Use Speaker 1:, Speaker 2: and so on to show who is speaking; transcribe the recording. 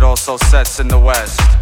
Speaker 1: disco sets in the West.